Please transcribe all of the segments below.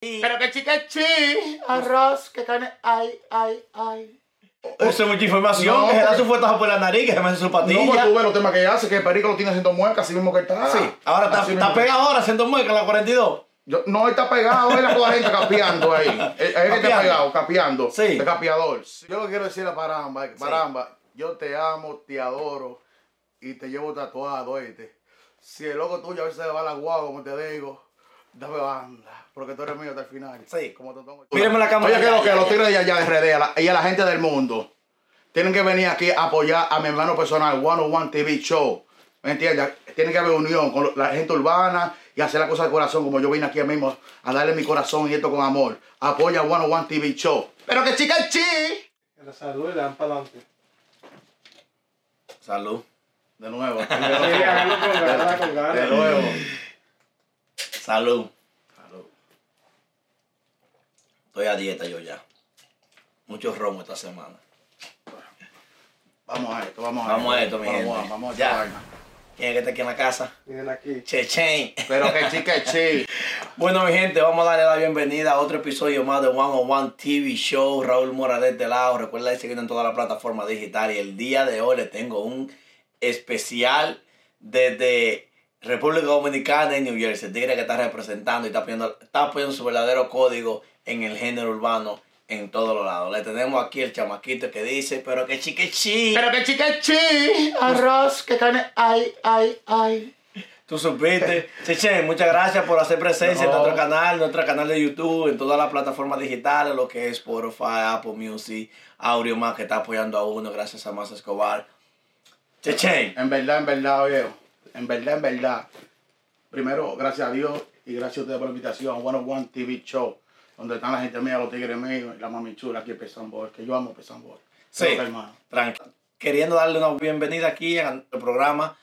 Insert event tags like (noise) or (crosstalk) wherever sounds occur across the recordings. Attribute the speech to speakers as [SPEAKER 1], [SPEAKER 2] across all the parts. [SPEAKER 1] Pero qué chica chi. Arroz, qué carne. Ay, ay, ay.
[SPEAKER 2] Eso es mucha información.
[SPEAKER 3] No,
[SPEAKER 2] que se da
[SPEAKER 3] porque-
[SPEAKER 2] su fuetazo por la nariz, que se mete su
[SPEAKER 3] No, pues
[SPEAKER 2] patilla.
[SPEAKER 3] tú ves los temas que ella hace, que el perico lo tiene haciendo mueca, así mismo que está.
[SPEAKER 2] Sí. Ahora está,
[SPEAKER 3] Así
[SPEAKER 2] está
[SPEAKER 3] mismo.
[SPEAKER 2] pegado ahora haciendo mueca en la 42.
[SPEAKER 3] Yo- no, él está pegado, él a toda gente capeando ahí. (laughs) Es que está
[SPEAKER 2] Capeando.
[SPEAKER 3] pegado, capeando.
[SPEAKER 2] Sí.
[SPEAKER 3] De capeador. Yo lo que quiero decir a Paramba, es que, Paramba, yo te amo, te adoro y te llevo tatuado, este. Si el loco tuyo a veces se le va la guagua, como te digo, dame banda, porque tú eres mío hasta el final.
[SPEAKER 2] Sí.
[SPEAKER 3] Como te tengo.
[SPEAKER 2] Mírame la cámara.
[SPEAKER 3] Oye, que lo que los tigres de allá de RD a la- y a la gente del mundo tienen que venir aquí a apoyar a mi hermano personal, One on One TV Show. ¿Me entiendes? Tiene que haber unión con la gente urbana y hacer las cosas de corazón, como yo vine aquí mismo a darle mi corazón y esto con amor. Apoya a One on One TV Show. Pero que chica chi.
[SPEAKER 4] La salud y le dan para adelante.
[SPEAKER 2] Salud.
[SPEAKER 3] De
[SPEAKER 2] (laughs)
[SPEAKER 3] nuevo.
[SPEAKER 4] Sí, hágalo con ganas, con
[SPEAKER 3] De
[SPEAKER 4] ganas.
[SPEAKER 3] nuevo.
[SPEAKER 2] Salud.
[SPEAKER 3] Salud.
[SPEAKER 2] Estoy a dieta yo ya. Muchos romos esta semana.
[SPEAKER 3] Vamos a esto, vamos a
[SPEAKER 2] Vamos a esto, mi
[SPEAKER 3] vamos a-
[SPEAKER 2] gente.
[SPEAKER 3] vamos a
[SPEAKER 2] Ya.
[SPEAKER 3] esta vaina.
[SPEAKER 2] ¿Quién es que está aquí en la casa?
[SPEAKER 4] Miren aquí.
[SPEAKER 2] Chechen.
[SPEAKER 3] Pero que chica chi.
[SPEAKER 2] Bueno, mi gente, vamos a darle la bienvenida a otro episodio más de One on One TV Show. Raúl Mora de este lado. Recuerda de seguirnos en todas las plataformas digitales. Y el día de hoy le tengo un especial desde República Dominicana y New Jersey. Tigre que está representando y está poniendo, está poniendo su verdadero código en el género urbano en todos los lados. Le tenemos aquí el chamaquito que dice, pero que chiquechi.
[SPEAKER 1] Pero qué chica chi. Arroz, qué carne. Ay, ay, ay.
[SPEAKER 2] Tú supiste. Cheche, muchas gracias por hacer presencia en
[SPEAKER 3] No.
[SPEAKER 2] nuestro canal, nuestro canal de YouTube, en todas las plataformas digitales, lo que es Spotify, Apple Music, Audio Más, que está apoyando a uno, gracias a Más Escobar. Cheche,
[SPEAKER 3] En verdad, en verdad, oye. En verdad, en verdad. Primero, gracias a Dios y gracias a ustedes por la invitación a One on One TV Show, donde están la gente mía, los tigres míos y la mami chula aquí en Pesan Boy, que yo amo Pesan Boy.
[SPEAKER 2] Sí.
[SPEAKER 3] Creo que, hermano.
[SPEAKER 2] tranquilo. Queriendo darle una bienvenida aquí al programa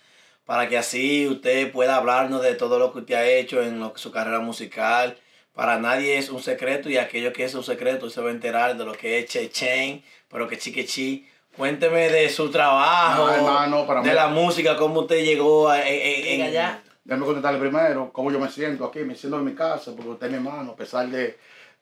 [SPEAKER 2] para que así usted pueda hablarnos de todo lo que usted ha hecho en lo que- su carrera musical. Para nadie es un secreto y aquello que es un secreto se va a enterar de lo que es Chechen, pero que chiquechi. Cuénteme de su trabajo,
[SPEAKER 3] No, hermano, para
[SPEAKER 2] de
[SPEAKER 3] mí-
[SPEAKER 2] la música, cómo usted llegó a, en, en- en-
[SPEAKER 3] eh, Déjame contestarle primero cómo yo me siento aquí, me siento en mi casa, porque usted es mi hermano, a pesar de,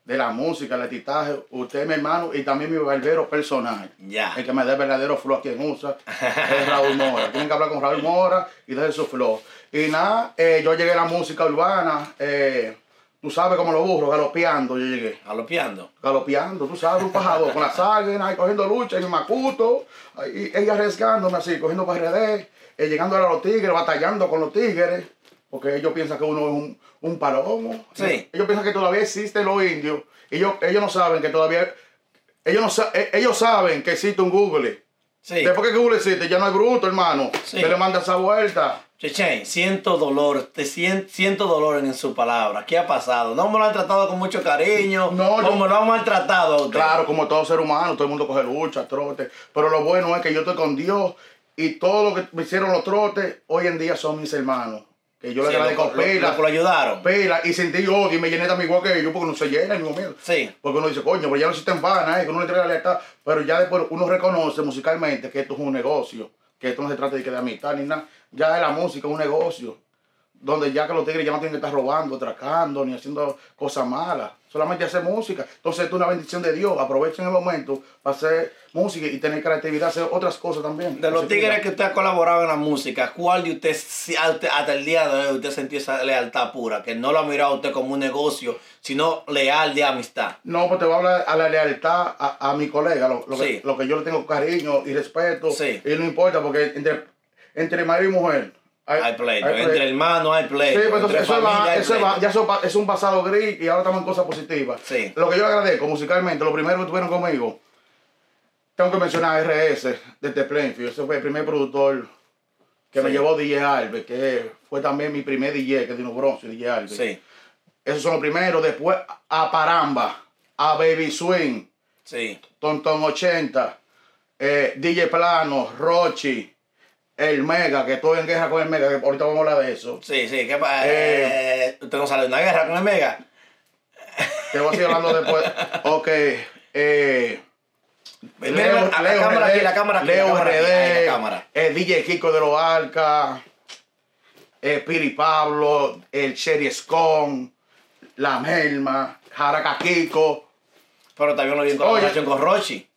[SPEAKER 3] de la música, el artistaje, usted es mi hermano y también mi barbero personal.
[SPEAKER 2] Ya.
[SPEAKER 3] El que me da el verdadero flow aquí en USA es Raúl Mora. Tienen que hablar con Raúl Mora y darle su flow. Y nada, eh, yo llegué a la música urbana, eh, tú sabes cómo lo burro, galopeando yo llegué
[SPEAKER 2] Galopeando.
[SPEAKER 3] galopeando, tú sabes, un pajador con la sargen, ahí cogiendo lucha en el macuto, ahí, y, y arriesgándome así, cogiendo PRD, eh, llegando a los tigres, batallando con los tigres, porque ellos piensan que uno es un, un palomo.
[SPEAKER 2] Sí.
[SPEAKER 3] Ellos, ellos piensan que todavía existen los indios, ellos, ellos no saben que todavía, ellos, no, sa- eh, ellos saben que existe un Google.
[SPEAKER 2] Sí.
[SPEAKER 3] Después que Google existe, ya no hay bruto, hermano.
[SPEAKER 2] Sí.
[SPEAKER 3] Se le manda esa vuelta.
[SPEAKER 2] Chechen, siento dolor, te sien- siento dolor en su palabra. ¿Qué ha pasado? No me lo han tratado con mucho cariño,
[SPEAKER 3] No,
[SPEAKER 2] no,
[SPEAKER 3] yo-
[SPEAKER 2] como lo han maltratado. a usted.
[SPEAKER 3] Claro, como todo ser humano, todo el mundo coge lucha, trote. Pero lo bueno es que yo estoy con Dios y todo lo que me hicieron los trotes, hoy en día son mis hermanos. Que yo le
[SPEAKER 2] Sí,
[SPEAKER 3] agradezco
[SPEAKER 2] lo- lo-
[SPEAKER 3] pela,
[SPEAKER 2] lo que lo ayudaron.
[SPEAKER 3] pela, y sentí odio y me llené también igual que yo porque no se llena el mismo miedo.
[SPEAKER 2] Sí.
[SPEAKER 3] Porque uno dice, coño, pero ya no existe en vana, eh, que uno le entrega la lealtad. Pero ya después uno reconoce musicalmente que esto es un negocio, que esto no se trata de que de amistad ni nada. Ya la música es un negocio, donde ya que los tigres ya no tienen que estar robando, atracando, ni haciendo cosas malas. Solamente hacer música. Entonces esto es una bendición de Dios. Aprovechen el momento para hacer música y tener creatividad, hacer otras cosas también.
[SPEAKER 2] De los
[SPEAKER 3] Positivas.
[SPEAKER 2] tigres que usted ha colaborado en la música, ¿cuál de usted, si- hasta hasta el día de hoy, usted sentió esa lealtad pura? Que no lo ha mirado usted como un negocio, sino leal de amistad.
[SPEAKER 3] No, pues te voy a hablar a la lealtad a, a mi colega, lo, lo que,
[SPEAKER 2] Sí.
[SPEAKER 3] lo que yo le tengo cariño y respeto.
[SPEAKER 2] Sí.
[SPEAKER 3] Y no importa, porque entre, entre marido y mujer
[SPEAKER 2] Hay pleito, entre
[SPEAKER 3] Sí,
[SPEAKER 2] hermanos hay pleito.
[SPEAKER 3] pero
[SPEAKER 2] entre
[SPEAKER 3] entonces eso, es va-
[SPEAKER 2] familia hay
[SPEAKER 3] eso es va-
[SPEAKER 2] pleito.
[SPEAKER 3] ya eso pa- es un pasado gris y ahora estamos en cosas positivas.
[SPEAKER 2] Sí.
[SPEAKER 3] Lo que yo agradezco musicalmente, lo primero que tuvieron conmigo, tengo que mencionar a RS desde Plainfield. Ese fue el primer productor que me
[SPEAKER 2] Sí.
[SPEAKER 3] llevó DJ Albert, que fue también mi primer DJ, que es Dino Bronce, DJ Albert.
[SPEAKER 2] Sí,
[SPEAKER 3] Esos son los primeros. Después a Paramba, a Baby Swing,
[SPEAKER 2] sí.
[SPEAKER 3] Tontón 80, eh, DJ Plano, Rochi, el Mega, que estoy en guerra con el Mega, que ahorita vamos a hablar de eso.
[SPEAKER 2] Sí, sí, ¿qué pasa?
[SPEAKER 3] Eh.
[SPEAKER 2] ¿Usted no sale de una guerra con el Mega?
[SPEAKER 3] Te voy a seguir hablando
[SPEAKER 2] (laughs)
[SPEAKER 3] después. Ok. Eh,
[SPEAKER 2] Mira la, la cámara aquí, la cámara aquí, la
[SPEAKER 3] Leo
[SPEAKER 2] cámara aquí. Ahí,
[SPEAKER 3] RD,
[SPEAKER 2] la cámara.
[SPEAKER 3] eh, DJ Kiko de los Arcas, eh, Piri Pablo, el Cherry Scon, La Merma, Jaraca Kiko.
[SPEAKER 2] Pero también lo vi en
[SPEAKER 3] Oye.
[SPEAKER 2] colaboración con Rochi.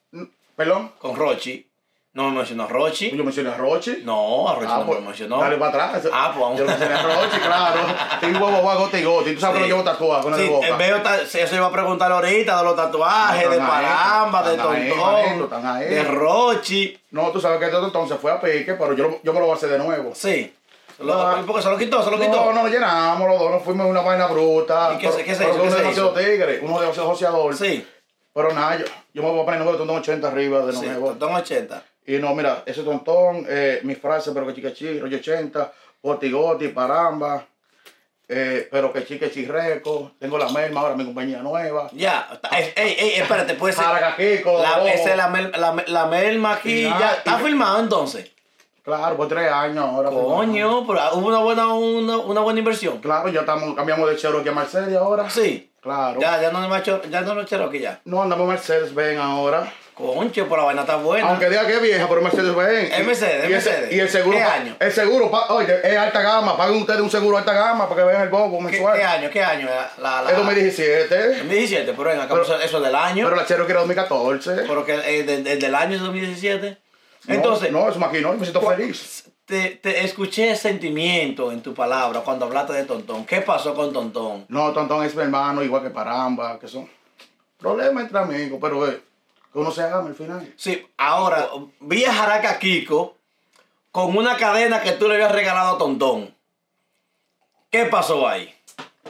[SPEAKER 3] Perdón,
[SPEAKER 2] Con Rochi. No me mencionó a Rochi.
[SPEAKER 3] yo mencioné a Rochi.
[SPEAKER 2] No, a Rochi
[SPEAKER 3] Ah,
[SPEAKER 2] no
[SPEAKER 3] pues,
[SPEAKER 2] me mencionó.
[SPEAKER 3] Dale para atrás.
[SPEAKER 2] Ah, pues vamos.
[SPEAKER 3] Yo mencioné a Rochi, claro. Tengo huevo, huevo, gota y gota. Y tú sabes que lo llevo tatuado con
[SPEAKER 2] Sí,
[SPEAKER 3] el boca.
[SPEAKER 2] eh, veo ta- sí, eso iba a preguntar ahorita de los tatuajes,
[SPEAKER 3] No,
[SPEAKER 2] de
[SPEAKER 3] están ahí,
[SPEAKER 2] Paramba, de
[SPEAKER 3] están ahí, manito,
[SPEAKER 2] Tontón,
[SPEAKER 3] están ahí.
[SPEAKER 2] de Rochi.
[SPEAKER 3] No, tú sabes que todo entonces fue a pique, pero yo, lo- yo me lo voy a hacer de nuevo.
[SPEAKER 2] Sí. Se lo-
[SPEAKER 3] No.
[SPEAKER 2] porque se lo quitó, se lo
[SPEAKER 3] No,
[SPEAKER 2] quitó.
[SPEAKER 3] no, llenamos los dos, nos fuimos una vaina bruta.
[SPEAKER 2] ¿Y qué se- qué se
[SPEAKER 3] Pero
[SPEAKER 2] hizo?
[SPEAKER 3] uno
[SPEAKER 2] ¿Qué se
[SPEAKER 3] demasiado
[SPEAKER 2] hizo?
[SPEAKER 3] tigre, uno de joseador.
[SPEAKER 2] Sí.
[SPEAKER 3] Pero nada, yo, yo me voy a poner número de tontón 80 arriba de
[SPEAKER 2] sí,
[SPEAKER 3] nuevo.
[SPEAKER 2] Tontón 80.
[SPEAKER 3] y no, mira, ese tontón, eh, mis frases, pero que chique chi, rollo 80, goti goti, paramba, eh, pero que chique chirreco, tengo la merma ahora, mi compañía nueva.
[SPEAKER 2] Ya. está- es- Ey, ey, espérate, puede ser.
[SPEAKER 3] Jaracaquico,
[SPEAKER 2] La,
[SPEAKER 3] Dodobo.
[SPEAKER 2] esa es la, mel- la, me- la merma aquí.
[SPEAKER 3] Y nada,
[SPEAKER 2] ya.
[SPEAKER 3] y-
[SPEAKER 2] Está firmado entonces.
[SPEAKER 3] Claro, por tres años ahora.
[SPEAKER 2] Coño, pero hubo una buena, una, una buena inversión.
[SPEAKER 3] Claro, ya estamos, cambiamos de Cherokee a Mercedes ahora.
[SPEAKER 2] Sí.
[SPEAKER 3] Claro.
[SPEAKER 2] Ya, ya no me ha hecho- ya no lo echaron aquí ya.
[SPEAKER 3] No andamos Mercedes Benz ahora.
[SPEAKER 2] Concho, pero la vaina está buena.
[SPEAKER 3] Aunque diga que es vieja, pero Mercedes Benz.
[SPEAKER 2] Es Mercedes, es
[SPEAKER 3] y el-
[SPEAKER 2] Mercedes.
[SPEAKER 3] Y el seguro.
[SPEAKER 2] ¿Qué
[SPEAKER 3] pa-
[SPEAKER 2] año?
[SPEAKER 3] El seguro, pa- oye, es alta gama. Paguen ustedes un seguro alta gama para que vean el bobo
[SPEAKER 2] ¿Qué,
[SPEAKER 3] mensual.
[SPEAKER 2] qué año? ¿Qué año? era? La, la,
[SPEAKER 3] Es 2017.
[SPEAKER 2] 2017, pero venga, acá
[SPEAKER 3] Pero-
[SPEAKER 2] eso, eso es del año.
[SPEAKER 3] Pero
[SPEAKER 2] Pero,
[SPEAKER 3] la Cherokee era 2014.
[SPEAKER 2] que eh, de- de- del año es 2017.
[SPEAKER 3] No,
[SPEAKER 2] Entonces,
[SPEAKER 3] No, es maquinón, me siento feliz.
[SPEAKER 2] Te, te escuché sentimiento en tu palabra cuando hablaste de Tontón. ¿Qué pasó con Tontón?
[SPEAKER 3] No, Tontón es mi hermano, igual que Paramba, que son problemas entre amigos, pero eh, que uno se ama al final.
[SPEAKER 2] Sí, ahora vi a Jaraca Kiko con una cadena que tú le habías regalado a Tontón. ¿Qué pasó ahí?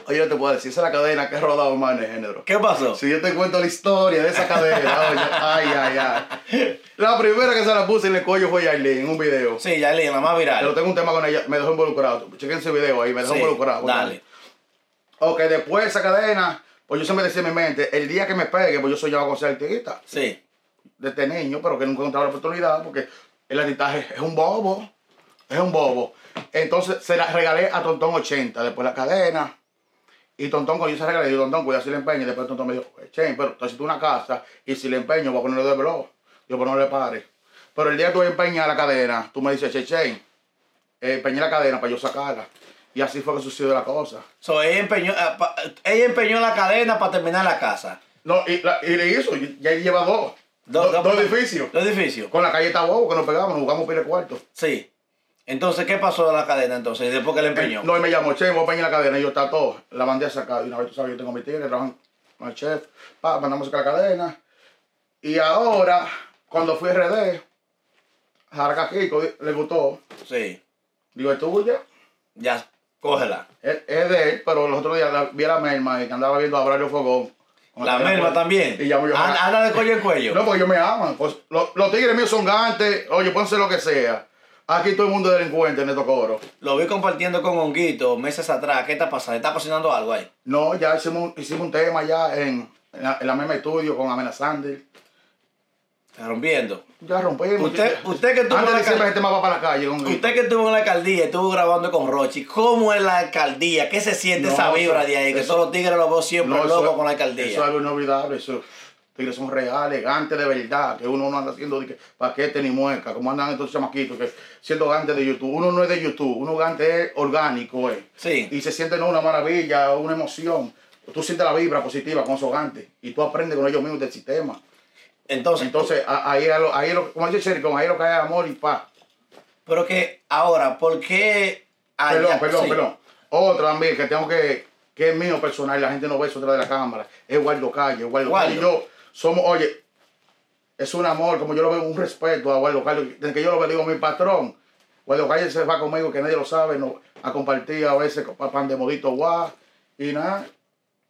[SPEAKER 3] Oye, yo te puedo decir, esa es la cadena que he rodado más en el género.
[SPEAKER 2] ¿Qué pasó?
[SPEAKER 3] Si yo te cuento la historia de esa cadena, oye, ay, ay, ay. La primera que se la puse en el cuello fue Yailin en un video.
[SPEAKER 2] Sí, ya leí, la más
[SPEAKER 3] Pero
[SPEAKER 2] viral.
[SPEAKER 3] tengo un tema con ella, me dejó involucrado. Chequen ese video ahí, me dejó
[SPEAKER 2] Sí,
[SPEAKER 3] involucrado. pues,
[SPEAKER 2] dale.
[SPEAKER 3] Ok, después de esa cadena, pues yo siempre decía en mi mente, el día que me pegue, pues yo soy yo con ser artista.
[SPEAKER 2] Sí.
[SPEAKER 3] Desde niño, pero que nunca he encontrado la oportunidad porque el artistaje es un bobo. Es un bobo. Entonces se la regalé a Tontón 80, después la cadena. Y Tontón, cuando yo se la regalé, yo Tontón, cuidado si le empeño. Y después Tontón me dijo, che, pero tú hiciste una casa y si le empeño, voy a ponerle de blog. Yo, pues no le pare. Pero el día que tú empeñas la cadena, tú me dices, che, che, eh, empeñé la cadena para yo sacarla. Y así fue que sucedió la cosa.
[SPEAKER 2] So, ella, empeñó, eh, pa- ella empeñó la cadena para terminar la casa.
[SPEAKER 3] No, y, la- y le hizo, y- ya lleva dos. Do- Dos edificios.
[SPEAKER 2] Dos edificios.
[SPEAKER 3] Con la calle Tabobo que nos pegamos, nos jugamos pile cuarto.
[SPEAKER 2] Sí. Entonces, ¿qué pasó de la cadena entonces? Después que le empeñó.
[SPEAKER 3] Eh, No, y me llamó, che, voy a peñar la cadena. Y yo, está todo. La mandé a sacar. Y una vez tú sabes, yo tengo mi tigre, trabajan con el chef. Pa, mandamos a sacar la cadena. Y ahora, cuando fui RD, Jarca Kiko di- le gustó.
[SPEAKER 2] Sí.
[SPEAKER 3] Digo, es tuya.
[SPEAKER 2] Ya, cógela.
[SPEAKER 3] Es, es de él, pero los otros días la- vi a la merma y que andaba viendo a Braulio Fogón. Con
[SPEAKER 2] La merma
[SPEAKER 3] cadena-
[SPEAKER 2] también. Ah,
[SPEAKER 3] Y llamo yo.
[SPEAKER 2] An-
[SPEAKER 3] "Jara".
[SPEAKER 2] Anda de cuello en cuello.
[SPEAKER 3] No, porque ellos me aman. Pues, lo- los tigres míos son gantes. Oye, pueden ser lo que sea. Aquí todo el mundo es delincuente en estos coros.
[SPEAKER 2] Lo vi compartiendo con Honguito meses atrás. ¿Qué está pasando? ¿Está cocinando algo ahí?
[SPEAKER 3] No, ya hicimos, un- hicimos un tema ya en, en la, en la misma estudio con Amenazante.
[SPEAKER 2] Está rompiendo.
[SPEAKER 3] Ya rompimos.
[SPEAKER 2] Usted-
[SPEAKER 3] Ya-
[SPEAKER 2] usted que tuvo
[SPEAKER 3] Antes
[SPEAKER 2] la
[SPEAKER 3] de diciembre
[SPEAKER 2] ca-
[SPEAKER 3] este tema va para la calle. Con Guito.
[SPEAKER 2] Usted que estuvo en la alcaldía, estuvo grabando con Rochi. ¿Cómo es la alcaldía? ¿Qué se siente
[SPEAKER 3] No,
[SPEAKER 2] esa vibra
[SPEAKER 3] eso-
[SPEAKER 2] de ahí? Que
[SPEAKER 3] eso-
[SPEAKER 2] todos los tigres los veo siempre
[SPEAKER 3] No, eso
[SPEAKER 2] locos
[SPEAKER 3] es-
[SPEAKER 2] con la
[SPEAKER 3] Eso es
[SPEAKER 2] alcaldía.
[SPEAKER 3] algo inolvidable. Eso, los tigres son reales, gantes de verdad. Que uno no anda haciendo de que paquete ni mueca. Como andan estos chamaquitos que siendo gantes de YouTube. Uno no es de YouTube. Uno gante es orgánico. Eh.
[SPEAKER 2] Sí.
[SPEAKER 3] y se siente ¿no? una maravilla, una emoción. Tú sientes la vibra positiva con esos gantes y tú aprendes con ellos mismos del sistema.
[SPEAKER 2] Entonces,
[SPEAKER 3] Entonces, a- ahí es lo, ahí es lo, como dice Shericón, ahí es lo que hay amor y paz.
[SPEAKER 2] pero que ahora, ¿por qué? allá-
[SPEAKER 3] Perdón, perdón,
[SPEAKER 2] sí.
[SPEAKER 3] perdón. Otra también que tengo que, que es mío personal, la gente no ve eso detrás de la cámara, es Waldo Calle. Waldo, Calle y
[SPEAKER 2] Waldo.
[SPEAKER 3] yo somos, oye, es un amor, como yo lo veo, un respeto a Waldo Calle, desde que yo lo veo, digo, mi patrón. Waldo Calle se va conmigo, que nadie lo sabe, no, a compartir a veces con pa- pan de modito guá y nada.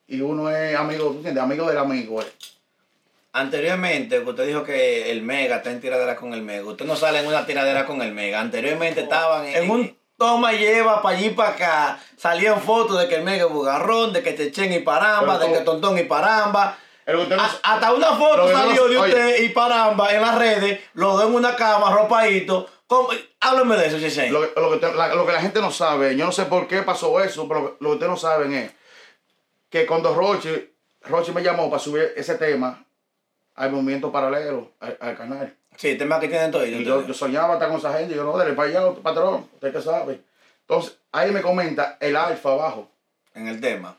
[SPEAKER 3] Y uno es amigo, ¿tú entiendes? Amigo del amigo. eh.
[SPEAKER 2] Anteriormente, usted dijo que el Mega está en tiradera con el Mega. Usted no sale en una tiradera con el Mega. Anteriormente estaban en, un toma y lleva para allí para acá. Salían fotos de que el Mega es bugarrón, de que Chechen y
[SPEAKER 3] Pero
[SPEAKER 2] Paramba, de
[SPEAKER 3] todo-
[SPEAKER 2] que Tontón y Paramba.
[SPEAKER 3] El que usted no-
[SPEAKER 2] A- hasta una foto
[SPEAKER 3] Lo que no-
[SPEAKER 2] salió de
[SPEAKER 3] oye.
[SPEAKER 2] usted y Paramba en las redes. Lo de en una cama, ropadito. ¿Cómo? Háblame de eso, Chechen.
[SPEAKER 3] Lo, que- lo que usted- la, lo que la gente no sabe, yo no sé por qué pasó eso, pero lo que ustedes no saben es que cuando Roche, Roche me llamó para subir ese tema al movimiento paralelo, al, al canal.
[SPEAKER 2] Sí, tema que tienen todos.
[SPEAKER 3] Y yo, yo soñaba estar con esa gente, yo no, dale para allá, patrón, usted que sabe. Entonces, ahí me comenta el alfa abajo.
[SPEAKER 2] En el tema.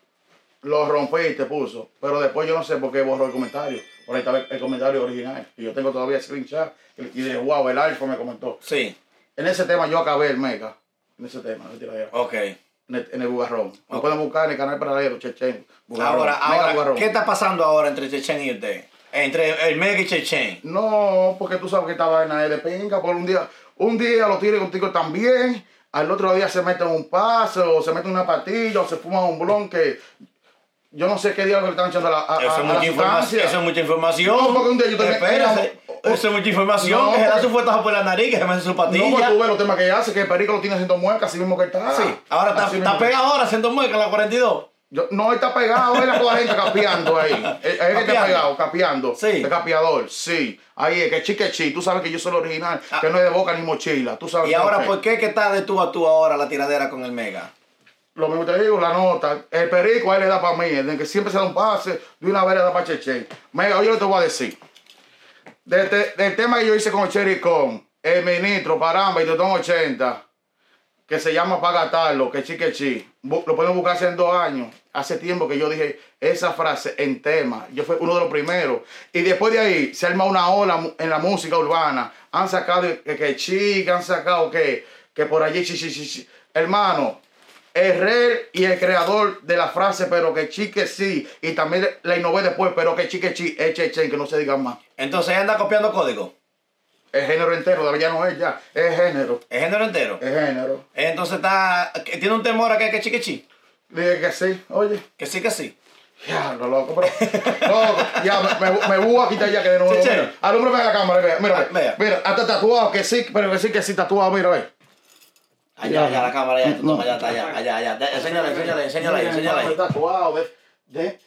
[SPEAKER 3] Lo rompí y te puso. Pero después yo no sé por qué borró el comentario. Por ahí estaba el comentario original. Y yo tengo todavía screenshot. Y de wow, el alfa me comentó.
[SPEAKER 2] Sí,
[SPEAKER 3] En ese tema yo acabé el mega. En ese tema, en el tiradera.
[SPEAKER 2] ok.
[SPEAKER 3] En el, en el bugarrón. Lo pueden buscar en el canal paralelo, Chechen. Bugarrón.
[SPEAKER 2] Ahora,
[SPEAKER 3] Mega
[SPEAKER 2] ahora,
[SPEAKER 3] Bugarrón.
[SPEAKER 2] ¿qué está pasando ahora entre Chechen y usted? Entre el Mega y Chechen.
[SPEAKER 3] No, porque tú sabes que esta vaina es de pinga. Por un día, un día lo tire contigo también. Al otro día se meten un paso, o se meten una patilla, o se fuma un blon que yo no sé qué día le están echando a la, a, a-
[SPEAKER 2] Eso es,
[SPEAKER 3] a la
[SPEAKER 2] mucha información,
[SPEAKER 3] sustancia.
[SPEAKER 2] eso es mucha información.
[SPEAKER 3] No, porque un día yo también-
[SPEAKER 2] Espérate.
[SPEAKER 3] no,
[SPEAKER 2] Eso es mucha información.
[SPEAKER 3] no,
[SPEAKER 2] que se da
[SPEAKER 3] porque-
[SPEAKER 2] su fuetazo por la nariz, que se mete su
[SPEAKER 3] No, porque
[SPEAKER 2] patilla.
[SPEAKER 3] tú ves los temas que ella hace, que el perico lo tiene haciendo mueca, así mismo que está.
[SPEAKER 2] Sí. Ahora está,
[SPEAKER 3] Así
[SPEAKER 2] está
[SPEAKER 3] mismo que-
[SPEAKER 2] pegado ahora, haciendo mueca en la 42.
[SPEAKER 3] Yo- no, él está pegado, él a toda la gente capeando ahí. Él, él que
[SPEAKER 2] Capeando.
[SPEAKER 3] está pegado, capeando.
[SPEAKER 2] Sí.
[SPEAKER 3] Es capeador, sí. Ahí es que chique chi. Tú sabes que yo soy el original,
[SPEAKER 2] Ah.
[SPEAKER 3] que no es de boca ni mochila. Tú sabes
[SPEAKER 2] Y
[SPEAKER 3] que-
[SPEAKER 2] ahora,
[SPEAKER 3] ok.
[SPEAKER 2] ¿por qué que está de tú a tú ahora la tiradera con el Mega?
[SPEAKER 3] Lo mismo te digo, la nota. El perico a él le da para mí. Desde que siempre se da un pase, de una vez le da para Chechen. Mira, yo te voy a decir. Desde- del tema que yo hice con el Cherry Con, el ministro, Paramba y Totón 80, que se llama Pagatarlo, que chi que chi. Bu- Lo pueden buscar hace dos años. Hace tiempo que yo dije esa frase en tema. Yo fui uno de los primeros. Y después de ahí se arma una ola mu- en la música urbana. Han sacado que, que chi, que han sacado que, que por allí chi, chi, chi, chi. Hermano, el rey y el creador de la frase, pero que chi, que sí. Y también la innové después, pero que chi, que chi, es che, che, que no se diga más.
[SPEAKER 2] Entonces anda copiando código.
[SPEAKER 3] Es género entero, todavía no es ya. Es género.
[SPEAKER 2] Es género entero.
[SPEAKER 3] Es género.
[SPEAKER 2] Entonces está. que Tiene un temor a que que chiquichi.
[SPEAKER 3] Dije que sí, oye.
[SPEAKER 2] Que sí, que sí.
[SPEAKER 3] Ya, lo loco, pero. Loco, ya, me, me, me voy a quitar ya que de nuevo.
[SPEAKER 2] Sí,
[SPEAKER 3] mira.
[SPEAKER 2] sí.
[SPEAKER 3] Alúmbrame a la cámara, mira, mira,
[SPEAKER 2] Ah,
[SPEAKER 3] mira,
[SPEAKER 2] vea.
[SPEAKER 3] mira, hasta tatuado, que sí, pero que sí, que sí, tatuado, mira, ve.
[SPEAKER 2] Allá, allá, la cámara, allá,
[SPEAKER 3] No.
[SPEAKER 2] toma, allá, está, allá, allá, allá. De- Enséñale, enséñale, enséñale, ahí, enséñale. ahí.
[SPEAKER 3] Tatuado, de, de-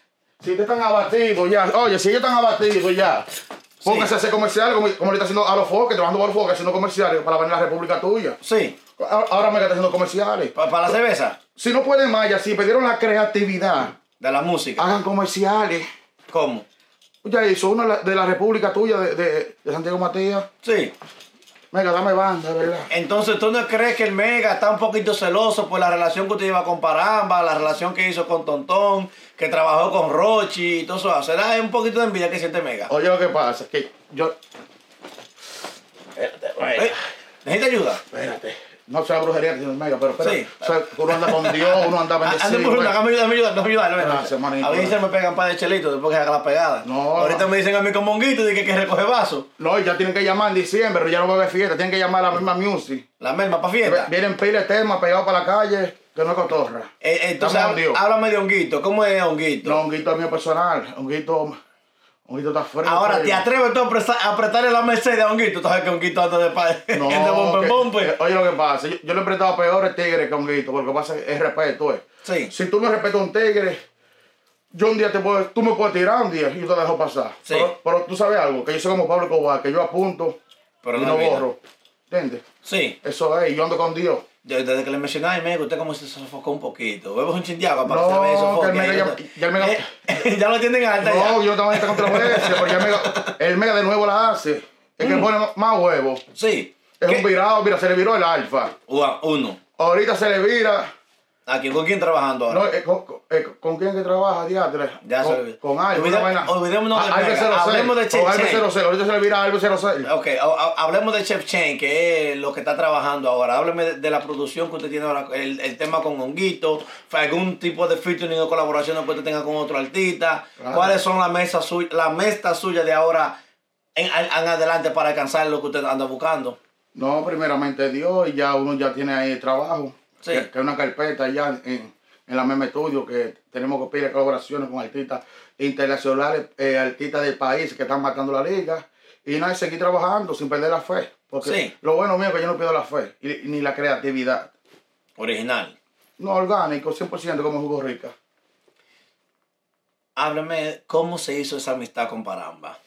[SPEAKER 3] Si te están abatidos ya, oye, si ellos están abatidos ya, pónganse a hacer comerciales como, como le está haciendo a los foques, trabajando por foques, haciendo comerciales para venir a la República tuya.
[SPEAKER 2] Sí.
[SPEAKER 3] Ahora, ahora me está haciendo comerciales.
[SPEAKER 2] Pa- Para la cerveza.
[SPEAKER 3] Si no pueden más, ya, si perdieron la creatividad,
[SPEAKER 2] De la música.
[SPEAKER 3] hagan comerciales.
[SPEAKER 2] ¿Cómo?
[SPEAKER 3] Ya hizo uno de la- de la República tuya, de, de, de Santiago Matías.
[SPEAKER 2] Sí.
[SPEAKER 3] Venga, dame banda, ¿verdad?
[SPEAKER 2] Entonces, ¿tú no crees que el Mega está un poquito celoso por la relación que usted lleva con Paramba, la relación que hizo con Tontón, que trabajó con Rochi y todo eso? ¿Será un poquito de envidia que siente Mega?
[SPEAKER 3] Oye, lo que pasa es que yo.
[SPEAKER 2] ¿Eh? ¿Necesita ayuda?
[SPEAKER 3] Espérate. No sea brujería, señor Mega, pero espérate.
[SPEAKER 2] Sí.
[SPEAKER 3] O sea, uno anda con Dios, uno anda
[SPEAKER 2] Ah,
[SPEAKER 3] bendecido. pues.
[SPEAKER 2] Ande por una,
[SPEAKER 3] güey.
[SPEAKER 2] dame ayuda, dame ayuda, dame ayuda.
[SPEAKER 3] Gracias,
[SPEAKER 2] dame ayuda.
[SPEAKER 3] manito.
[SPEAKER 2] A veces me pegan par de chelitos después que haga la pegada.
[SPEAKER 3] No,
[SPEAKER 2] Ahorita
[SPEAKER 3] no.
[SPEAKER 2] me dicen a mí con monguito de que, que recoge vaso.
[SPEAKER 3] No, y ya tienen que llamar en diciembre, pero ya no va a haber fiesta, tienen que llamar a la misma music.
[SPEAKER 2] La merma para fiesta.
[SPEAKER 3] Vienen piles de temas pegados para la calle, que no es cotorra.
[SPEAKER 2] Eh, eh, entonces,
[SPEAKER 3] Estamos hundidos.
[SPEAKER 2] hab- háblame de honguito. ¿Cómo es honguito?
[SPEAKER 3] No, un guito es mío personal, un guito, un guito está frío.
[SPEAKER 2] Ahora,
[SPEAKER 3] frío.
[SPEAKER 2] ¿te atreves tú a presa- a apretarle la Mercedes a honguito? Tú sabes que honguito anda de, pa- (laughs)
[SPEAKER 3] No,
[SPEAKER 2] de pues. bombe en
[SPEAKER 3] que-
[SPEAKER 2] bombe.
[SPEAKER 3] eh, oye lo que pasa, yo, yo le he prestado peores tigres que a un guito, porque lo que pasa es es respeto, eh.
[SPEAKER 2] Sí.
[SPEAKER 3] Si tú me respetas a un tigre, yo un día te puedo, tú me puedes tirar un día y yo te dejo pasar.
[SPEAKER 2] Sí.
[SPEAKER 3] Pero, pero tú sabes algo, que yo soy como Pablo Cobar, que yo apunto
[SPEAKER 2] Pero
[SPEAKER 3] y
[SPEAKER 2] no
[SPEAKER 3] no
[SPEAKER 2] olvida.
[SPEAKER 3] borro. ¿Entiendes?
[SPEAKER 2] Sí.
[SPEAKER 3] Eso es, y yo ando con Dios.
[SPEAKER 2] Yo- Desde que le mencionaba al médico, usted como se sofocó un poquito. Bebes un chindiago para
[SPEAKER 3] No,
[SPEAKER 2] que se le vea sofoque.
[SPEAKER 3] que el
[SPEAKER 2] ahí,
[SPEAKER 3] Mega
[SPEAKER 2] ¿no?
[SPEAKER 3] ya- ya el Mega-
[SPEAKER 2] Eh, (laughs) ya lo tienen alta
[SPEAKER 3] No,
[SPEAKER 2] ya.
[SPEAKER 3] yo también esta controversia, porque el mega, el mega de nuevo la hace. Es que pone más huevo. Es
[SPEAKER 2] Sí.
[SPEAKER 3] un
[SPEAKER 2] Mm. ¿Qué?
[SPEAKER 3] virado, mira, se le viró el alfa.
[SPEAKER 2] Ua- Uno.
[SPEAKER 3] Ahorita se le vira.
[SPEAKER 2] Aquí, ¿con quién trabajando ahora?
[SPEAKER 3] No, eh, con, con- eh, ¿con quién que trabaja, diatre?
[SPEAKER 2] Ya se
[SPEAKER 3] con,
[SPEAKER 2] le viró.
[SPEAKER 3] Con Alba,
[SPEAKER 2] Olvide-
[SPEAKER 3] una vaina.
[SPEAKER 2] olvidémonos del
[SPEAKER 3] Ah, Alba
[SPEAKER 2] Mega,
[SPEAKER 3] 06.
[SPEAKER 2] hablemos de Che
[SPEAKER 3] Con Alba
[SPEAKER 2] Che.
[SPEAKER 3] 06, ahorita se le vira a Alba 06.
[SPEAKER 2] Ok, ha- ha- hablemos de Chef Chain, que es lo que está trabajando ahora. Hábleme de, de la producción que usted tiene ahora, el, el tema con Honguito, fue algún tipo de featuring o colaboración que usted tenga con otro artista.
[SPEAKER 3] Claro.
[SPEAKER 2] ¿Cuáles son las mesas suyas, la meta suya de ahora en, en- en adelante para alcanzar lo que usted anda buscando?
[SPEAKER 3] No, primeramente Dios, y ya uno ya tiene ahí el trabajo.
[SPEAKER 2] Sí.
[SPEAKER 3] Que, que es una carpeta ya en, en la misma estudio, que tenemos que pedir colaboraciones con artistas internacionales, eh, artistas del país que están matando la liga. Y nada, y seguir trabajando sin perder la fe. Porque
[SPEAKER 2] Sí.
[SPEAKER 3] lo bueno mío es que yo no pierdo la fe, y- ni la creatividad.
[SPEAKER 2] Original.
[SPEAKER 3] No, orgánico, 100% como Jugo Rica.
[SPEAKER 2] Hábleme cómo se hizo esa amistad con Paramba.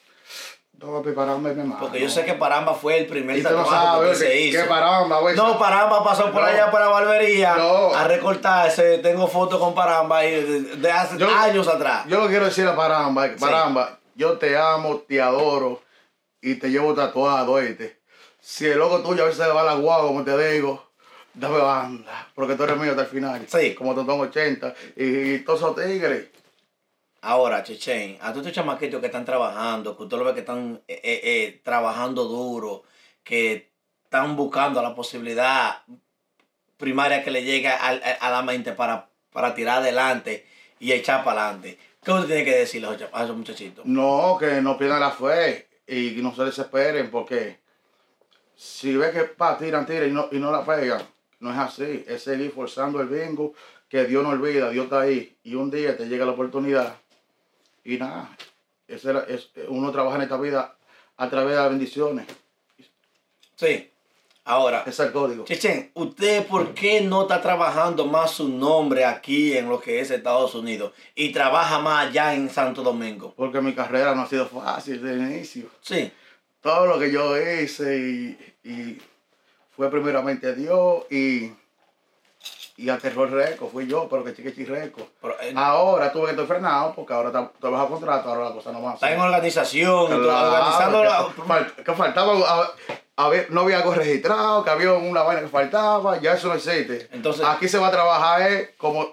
[SPEAKER 3] Todo prepararme, mi hermano.
[SPEAKER 2] Porque yo sé que Paramba fue el primer
[SPEAKER 3] Ah, Y tú no
[SPEAKER 2] tatuaje que
[SPEAKER 3] sabes,
[SPEAKER 2] usted se
[SPEAKER 3] que,
[SPEAKER 2] hizo.
[SPEAKER 3] que paramba, güey.
[SPEAKER 2] No, Paramba pasó por
[SPEAKER 3] Pues No.
[SPEAKER 2] allá para Barbería
[SPEAKER 3] No.
[SPEAKER 2] a recortarse. Tengo fotos con Paramba ahí de, de hace
[SPEAKER 3] Yo-
[SPEAKER 2] años atrás.
[SPEAKER 3] Yo lo quiero decir a Paramba, es que,
[SPEAKER 2] Sí.
[SPEAKER 3] Paramba, yo te amo, te adoro y te llevo tatuado, oíste. Si el loco tuyo a veces le va la guagua, como te digo, dame banda, porque tú eres mío hasta el final.
[SPEAKER 2] Sí.
[SPEAKER 3] Como Tontón 80 y, y todos esos tigres.
[SPEAKER 2] Ahora, Chechen, a todos estos chamaquitos que están trabajando, que usted lo ve que están eh, eh, eh, trabajando duro, que están buscando la posibilidad primaria que le llega al- eh, a, a la mente para, para tirar adelante y echar para adelante. ¿Qué usted tiene que decirle a esos cha- a esos muchachitos?
[SPEAKER 3] No, que no pierdan la fe y no se desesperen porque si ves que pa, tiran, tiran y no, y no la pegan, no es así. Es seguir forzando el bingo que Dios no olvida, Dios está ahí y un día te llega la oportunidad y nada. esa era- es- uno trabaja en esta vida a través de las bendiciones.
[SPEAKER 2] Sí. Ahora,
[SPEAKER 3] Ese es el código.
[SPEAKER 2] Chechen, ¿usted por qué no está trabajando más su nombre aquí en lo que es Estados Unidos y trabaja más allá en Santo Domingo?
[SPEAKER 3] Porque mi carrera no ha sido fácil desde el inicio.
[SPEAKER 2] Sí.
[SPEAKER 3] todo lo que yo hice y, y fue primeramente Dios y, y a Terror Reco, fui yo, pero que chiquichi Reco.
[SPEAKER 2] Pero, eh,
[SPEAKER 3] Ah, Ahora tuve que estar frenado porque ahora está- estoy bajo contrato, ahora la cosa no va a
[SPEAKER 2] Está en
[SPEAKER 3] ser.
[SPEAKER 2] organización, organizando la-
[SPEAKER 3] que, fal- que faltaba, a- había- no había algo registrado, que había una vaina que faltaba, ya eso no existe.
[SPEAKER 2] Entonces-
[SPEAKER 3] Aquí se va a trabajar eh, como,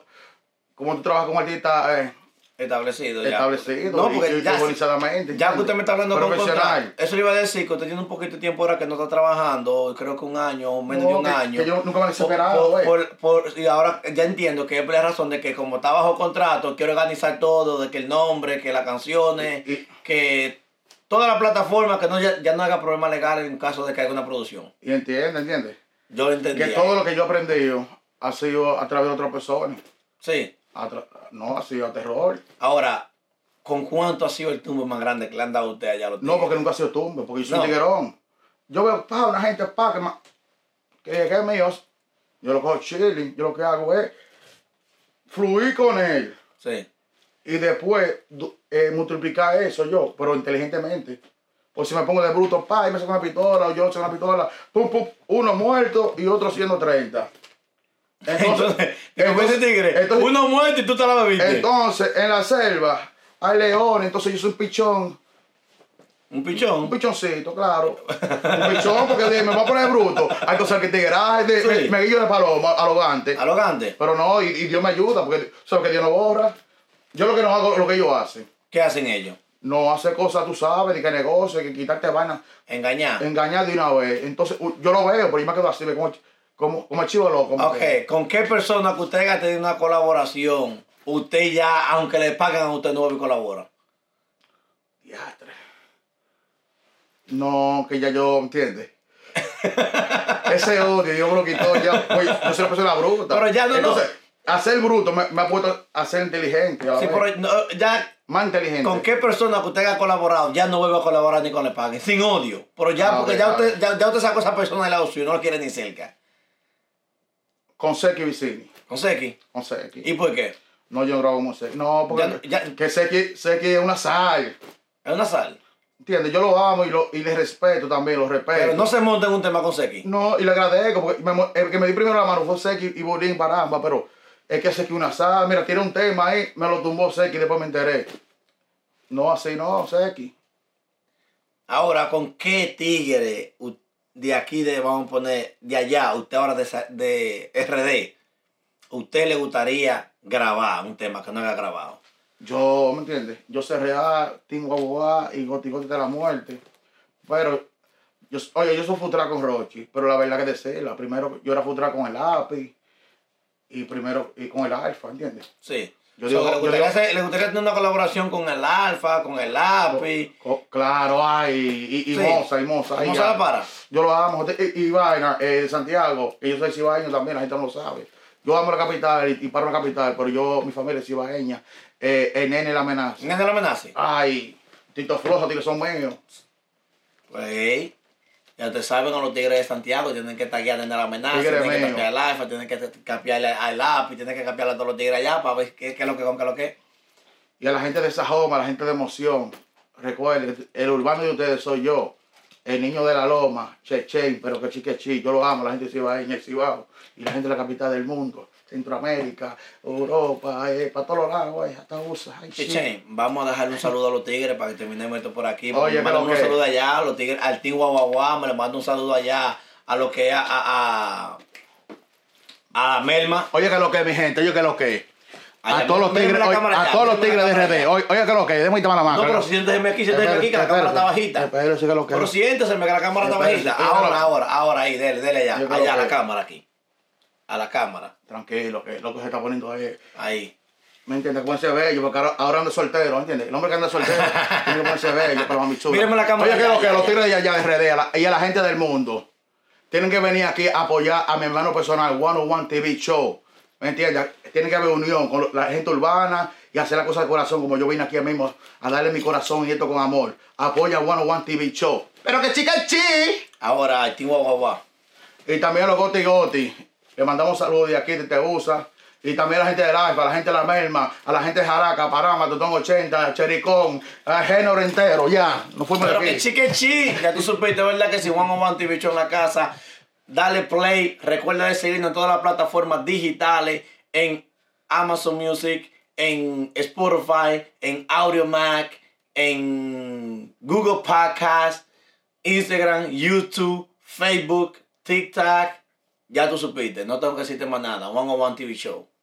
[SPEAKER 3] como tú trabajas como artista eh,
[SPEAKER 2] establecido ya.
[SPEAKER 3] establecido
[SPEAKER 2] No,
[SPEAKER 3] y-
[SPEAKER 2] porque
[SPEAKER 3] y
[SPEAKER 2] ya,
[SPEAKER 3] organizadamente.
[SPEAKER 2] ya que
[SPEAKER 3] ¿entiendes?
[SPEAKER 2] usted me está hablando con
[SPEAKER 3] Profesional.
[SPEAKER 2] contrato, eso le iba a decir que usted tiene un poquito de tiempo ahora que no está trabajando, creo que un año o menos
[SPEAKER 3] No,
[SPEAKER 2] de un
[SPEAKER 3] que-
[SPEAKER 2] año.
[SPEAKER 3] que yo nunca me he
[SPEAKER 2] Por-
[SPEAKER 3] desesperado,
[SPEAKER 2] por-
[SPEAKER 3] eh.
[SPEAKER 2] por- por- Y ahora ya entiendo que es la razón de que como está bajo contrato, quiero organizar todo, de que el nombre, que las canciones,
[SPEAKER 3] Y- y-
[SPEAKER 2] que toda la plataforma, que no ya, ya no haga problema legal en caso de que haya una producción.
[SPEAKER 3] Y entiende, entiende.
[SPEAKER 2] Yo lo entendí.
[SPEAKER 3] Que todo lo que yo he aprendido ha sido a través de otra persona.
[SPEAKER 2] Sí.
[SPEAKER 3] A tra- no, ha sido a terror.
[SPEAKER 2] Ahora, ¿con cuánto ha sido el tumbo más grande que le han dado a usted allá? a los
[SPEAKER 3] No,
[SPEAKER 2] tigres?
[SPEAKER 3] porque nunca ha sido tumbe, porque yo soy
[SPEAKER 2] No.
[SPEAKER 3] un tiguerón. Yo veo, pa, una gente, pa, que, ma- que, que es mío. Yo lo cojo chilling, yo lo que hago es fluir con él. (laughs)
[SPEAKER 2] Sí.
[SPEAKER 3] Y después du- eh, multiplicar eso yo, pero inteligentemente. O si me pongo de bruto, pa, y me saco una pistola, o yo saco una pistola, pum, pum, uno muerto y otro 130.
[SPEAKER 2] Entonces, como ese tigre,
[SPEAKER 3] entonces-
[SPEAKER 2] uno muerto y tú te la bebiste.
[SPEAKER 3] Entonces, en la selva hay leones, entonces yo soy un pichón,
[SPEAKER 2] un
[SPEAKER 3] un
[SPEAKER 2] pichón.
[SPEAKER 3] pichoncito, claro. Un pichón, porque dije, me voy a poner bruto. Hay cosas que tigrar, de,
[SPEAKER 2] Sí.
[SPEAKER 3] me, me guillo de paloma, arrogante.
[SPEAKER 2] Arrogante.
[SPEAKER 3] Pero no, y, y Dios me ayuda, porque sabes que Dios no borra. Yo lo que no hago, lo que ellos hacen.
[SPEAKER 2] ¿Qué hacen ellos?
[SPEAKER 3] No hace cosas, tú sabes, de que negocio, de que quitarte vainas,
[SPEAKER 2] Engañar.
[SPEAKER 3] engañar de una vez. Entonces, u- yo lo veo, pero yo me quedo así, ve como, como, como el chivo loco. como
[SPEAKER 2] ok,
[SPEAKER 3] que-
[SPEAKER 2] ¿con qué persona que usted haya tenido una colaboración, usted ya, aunque le paguen a usted, no va a colaborar?
[SPEAKER 3] Diastre. No, que ya yo,
[SPEAKER 2] (laughs)
[SPEAKER 3] ¿entiendes? Ese odio, Dios me lo quitó ya. Oye, yo soy una persona bruta.
[SPEAKER 2] Pero ya no, no.
[SPEAKER 3] Entonces, hacer bruto me, me ha puesto a ser inteligente. a la
[SPEAKER 2] Sí,
[SPEAKER 3] vez.
[SPEAKER 2] pero no, ya,
[SPEAKER 3] Más inteligente.
[SPEAKER 2] ¿con qué persona que usted haya colaborado, ya no vuelve a colaborar ni con le paguen? Sin odio. Pero ya,
[SPEAKER 3] Ah,
[SPEAKER 2] porque
[SPEAKER 3] ok,
[SPEAKER 2] ya,
[SPEAKER 3] ah.
[SPEAKER 2] usted, ya, ya usted sacó a esa persona de la opción, no la quiere ni cerca.
[SPEAKER 3] Con Seki Vicini.
[SPEAKER 2] Con Seki.
[SPEAKER 3] Con Seki.
[SPEAKER 2] ¿Y por qué?
[SPEAKER 3] No, yo no grabo con Seki. No, porque
[SPEAKER 2] Ya- ya-
[SPEAKER 3] que Seki, Seki es una sal.
[SPEAKER 2] Es una sal.
[SPEAKER 3] ¿Entiendes? Yo lo amo y, lo, y le respeto también, lo respeto.
[SPEAKER 2] Pero no se monta en un tema con Seki.
[SPEAKER 3] No, y le agradezco, porque me mo- el que me dio primero la mano fue Seki y Bolín para ambas, pero es que Seki una sal, mira, tiene un tema ahí, me lo tumbó Seki y después me enteré. No, así no, Seki.
[SPEAKER 2] Ahora, ¿con qué tigre u- de aquí, de, vamos a poner, de allá, usted ahora de, sa- de RD, usted le gustaría grabar un tema que no haya grabado?
[SPEAKER 3] Yo, ¿me entiendes? Yo cerré a Tingo Aboá y Goti Goti de la Muerte, pero, yo, oye, yo soy futura con Rochi, pero la verdad que decirla, primero yo era futura con el lápiz y primero y con el alfa, ¿entiendes?
[SPEAKER 2] Sí.
[SPEAKER 3] Yo
[SPEAKER 2] O sea,
[SPEAKER 3] digo-
[SPEAKER 2] le,
[SPEAKER 3] yo
[SPEAKER 2] gustaría
[SPEAKER 3] digo-
[SPEAKER 2] hacer- le gustaría tener una colaboración con el Alfa, con el Lápiz.
[SPEAKER 3] Co- Oh, claro, ay, y, y,
[SPEAKER 2] Sí.
[SPEAKER 3] Moza, y Moza. y
[SPEAKER 2] ¿Cómo se
[SPEAKER 3] ya.
[SPEAKER 2] la para?
[SPEAKER 3] Yo lo amo. Y, y vaina, eh, Santiago, y yo soy cibaeño también, la gente no lo sabe. Yo amo la capital y, y paro la capital, pero yo, mi familia es cibaeña. Eh, el nene la amenaza.
[SPEAKER 2] ¿Quién la amenaza?
[SPEAKER 3] Ay, Tito Flojo, tío, son míos.
[SPEAKER 2] Pues, ya te saben con los tigres de Santiago, tienen que taguear tener la amenaza,
[SPEAKER 3] Tigre
[SPEAKER 2] tienen que
[SPEAKER 3] mío.
[SPEAKER 2] cambiar al Alfa, tienen que cambiar al Lápiz, tienen que cambiar a todos los tigres allá para ver qué, qué es lo que, con qué es lo que.
[SPEAKER 3] Y a la gente de Sajoma, a la gente de Emoción, recuerden, el urbano de ustedes soy yo. El niño de la loma, Chechen, pero que chique chi, yo lo amo, la gente de Cibaeña, el Cibao, y la gente de la capital del mundo, Centroamérica, Europa, eh, para todos los lados, güey, hasta USA. ay, chi.
[SPEAKER 2] Chichen, vamos a dejarle un saludo a los tigres para que terminemos esto por aquí.
[SPEAKER 3] Oye,
[SPEAKER 2] Me mandan
[SPEAKER 3] pero
[SPEAKER 2] un
[SPEAKER 3] qué.
[SPEAKER 2] saludo allá, a los tigres, al Team Guaguaguá, me le mando un saludo allá a lo que a, a, a, a la Melma.
[SPEAKER 3] Oye, que lo que, mi gente, oye, que lo que. A todos los tigres, oye, a todos los tigres de RD. Oye, oye, que lo que, déjame quitarme la
[SPEAKER 2] No,
[SPEAKER 3] máscara.
[SPEAKER 2] pero siéntese aquí, siéntese aquí, que la cámara está bajita.
[SPEAKER 3] Espérese que lo que.
[SPEAKER 2] Pero siéntese, que la cámara está
[SPEAKER 3] Espérese,
[SPEAKER 2] bajita.
[SPEAKER 3] yo creo-
[SPEAKER 2] Ahora, ahora, ahora, ahí, dele, dele allá.
[SPEAKER 3] Yo creo
[SPEAKER 2] Allá a la
[SPEAKER 3] que-
[SPEAKER 2] cámara aquí. A la cámara.
[SPEAKER 3] Tranquilo, que lo que se está poniendo es.
[SPEAKER 2] Ahí.
[SPEAKER 3] ¿Me entiendes? Con ese bello, porque ahora, ahora ando soltero, ¿entiendes? El hombre que anda
[SPEAKER 2] (laughs)
[SPEAKER 3] soltero tiene que ponerse bello, pero mami chula.
[SPEAKER 2] Mírame la cámara
[SPEAKER 3] Oye, que
[SPEAKER 2] ya,
[SPEAKER 3] lo que
[SPEAKER 2] ya,
[SPEAKER 3] los
[SPEAKER 2] ya.
[SPEAKER 3] tigres de allá de RD a la- y a la gente del mundo tienen que venir aquí a apoyar a mi hermano personal, One on One TV Show. ¿Me entiendes? Tiene que haber unión con la gente urbana y hacer las cosas de corazón, como yo vine aquí mismo a darle mi corazón y esto con amor. Apoya a One on One TV Show. Pero que chica chi.
[SPEAKER 2] Ahora, aquí, guau, guau, guau.
[SPEAKER 3] Y también a los Goti Goti. Le mandamos saludos de aquí de Teusa. Y también a la gente del Alfa, a la gente de la Merma, a la gente de Jaraca, Parama, Totón 80, Chericón, a género entero, ya. Nos fuimos de
[SPEAKER 2] Pero que
[SPEAKER 3] aquí.
[SPEAKER 2] chique chi. Ya tú supiste, ¿verdad? Que si Juan Oman TV Show en la casa, dale play. Recuerda de seguirnos en todas las plataformas digitales, en Amazon Music, en Spotify, en Audio Mac, en Google Podcast, Instagram, YouTube, Facebook, TikTok. Ya tú supiste, no tengo que decirte más nada. Juan Oman TV Show.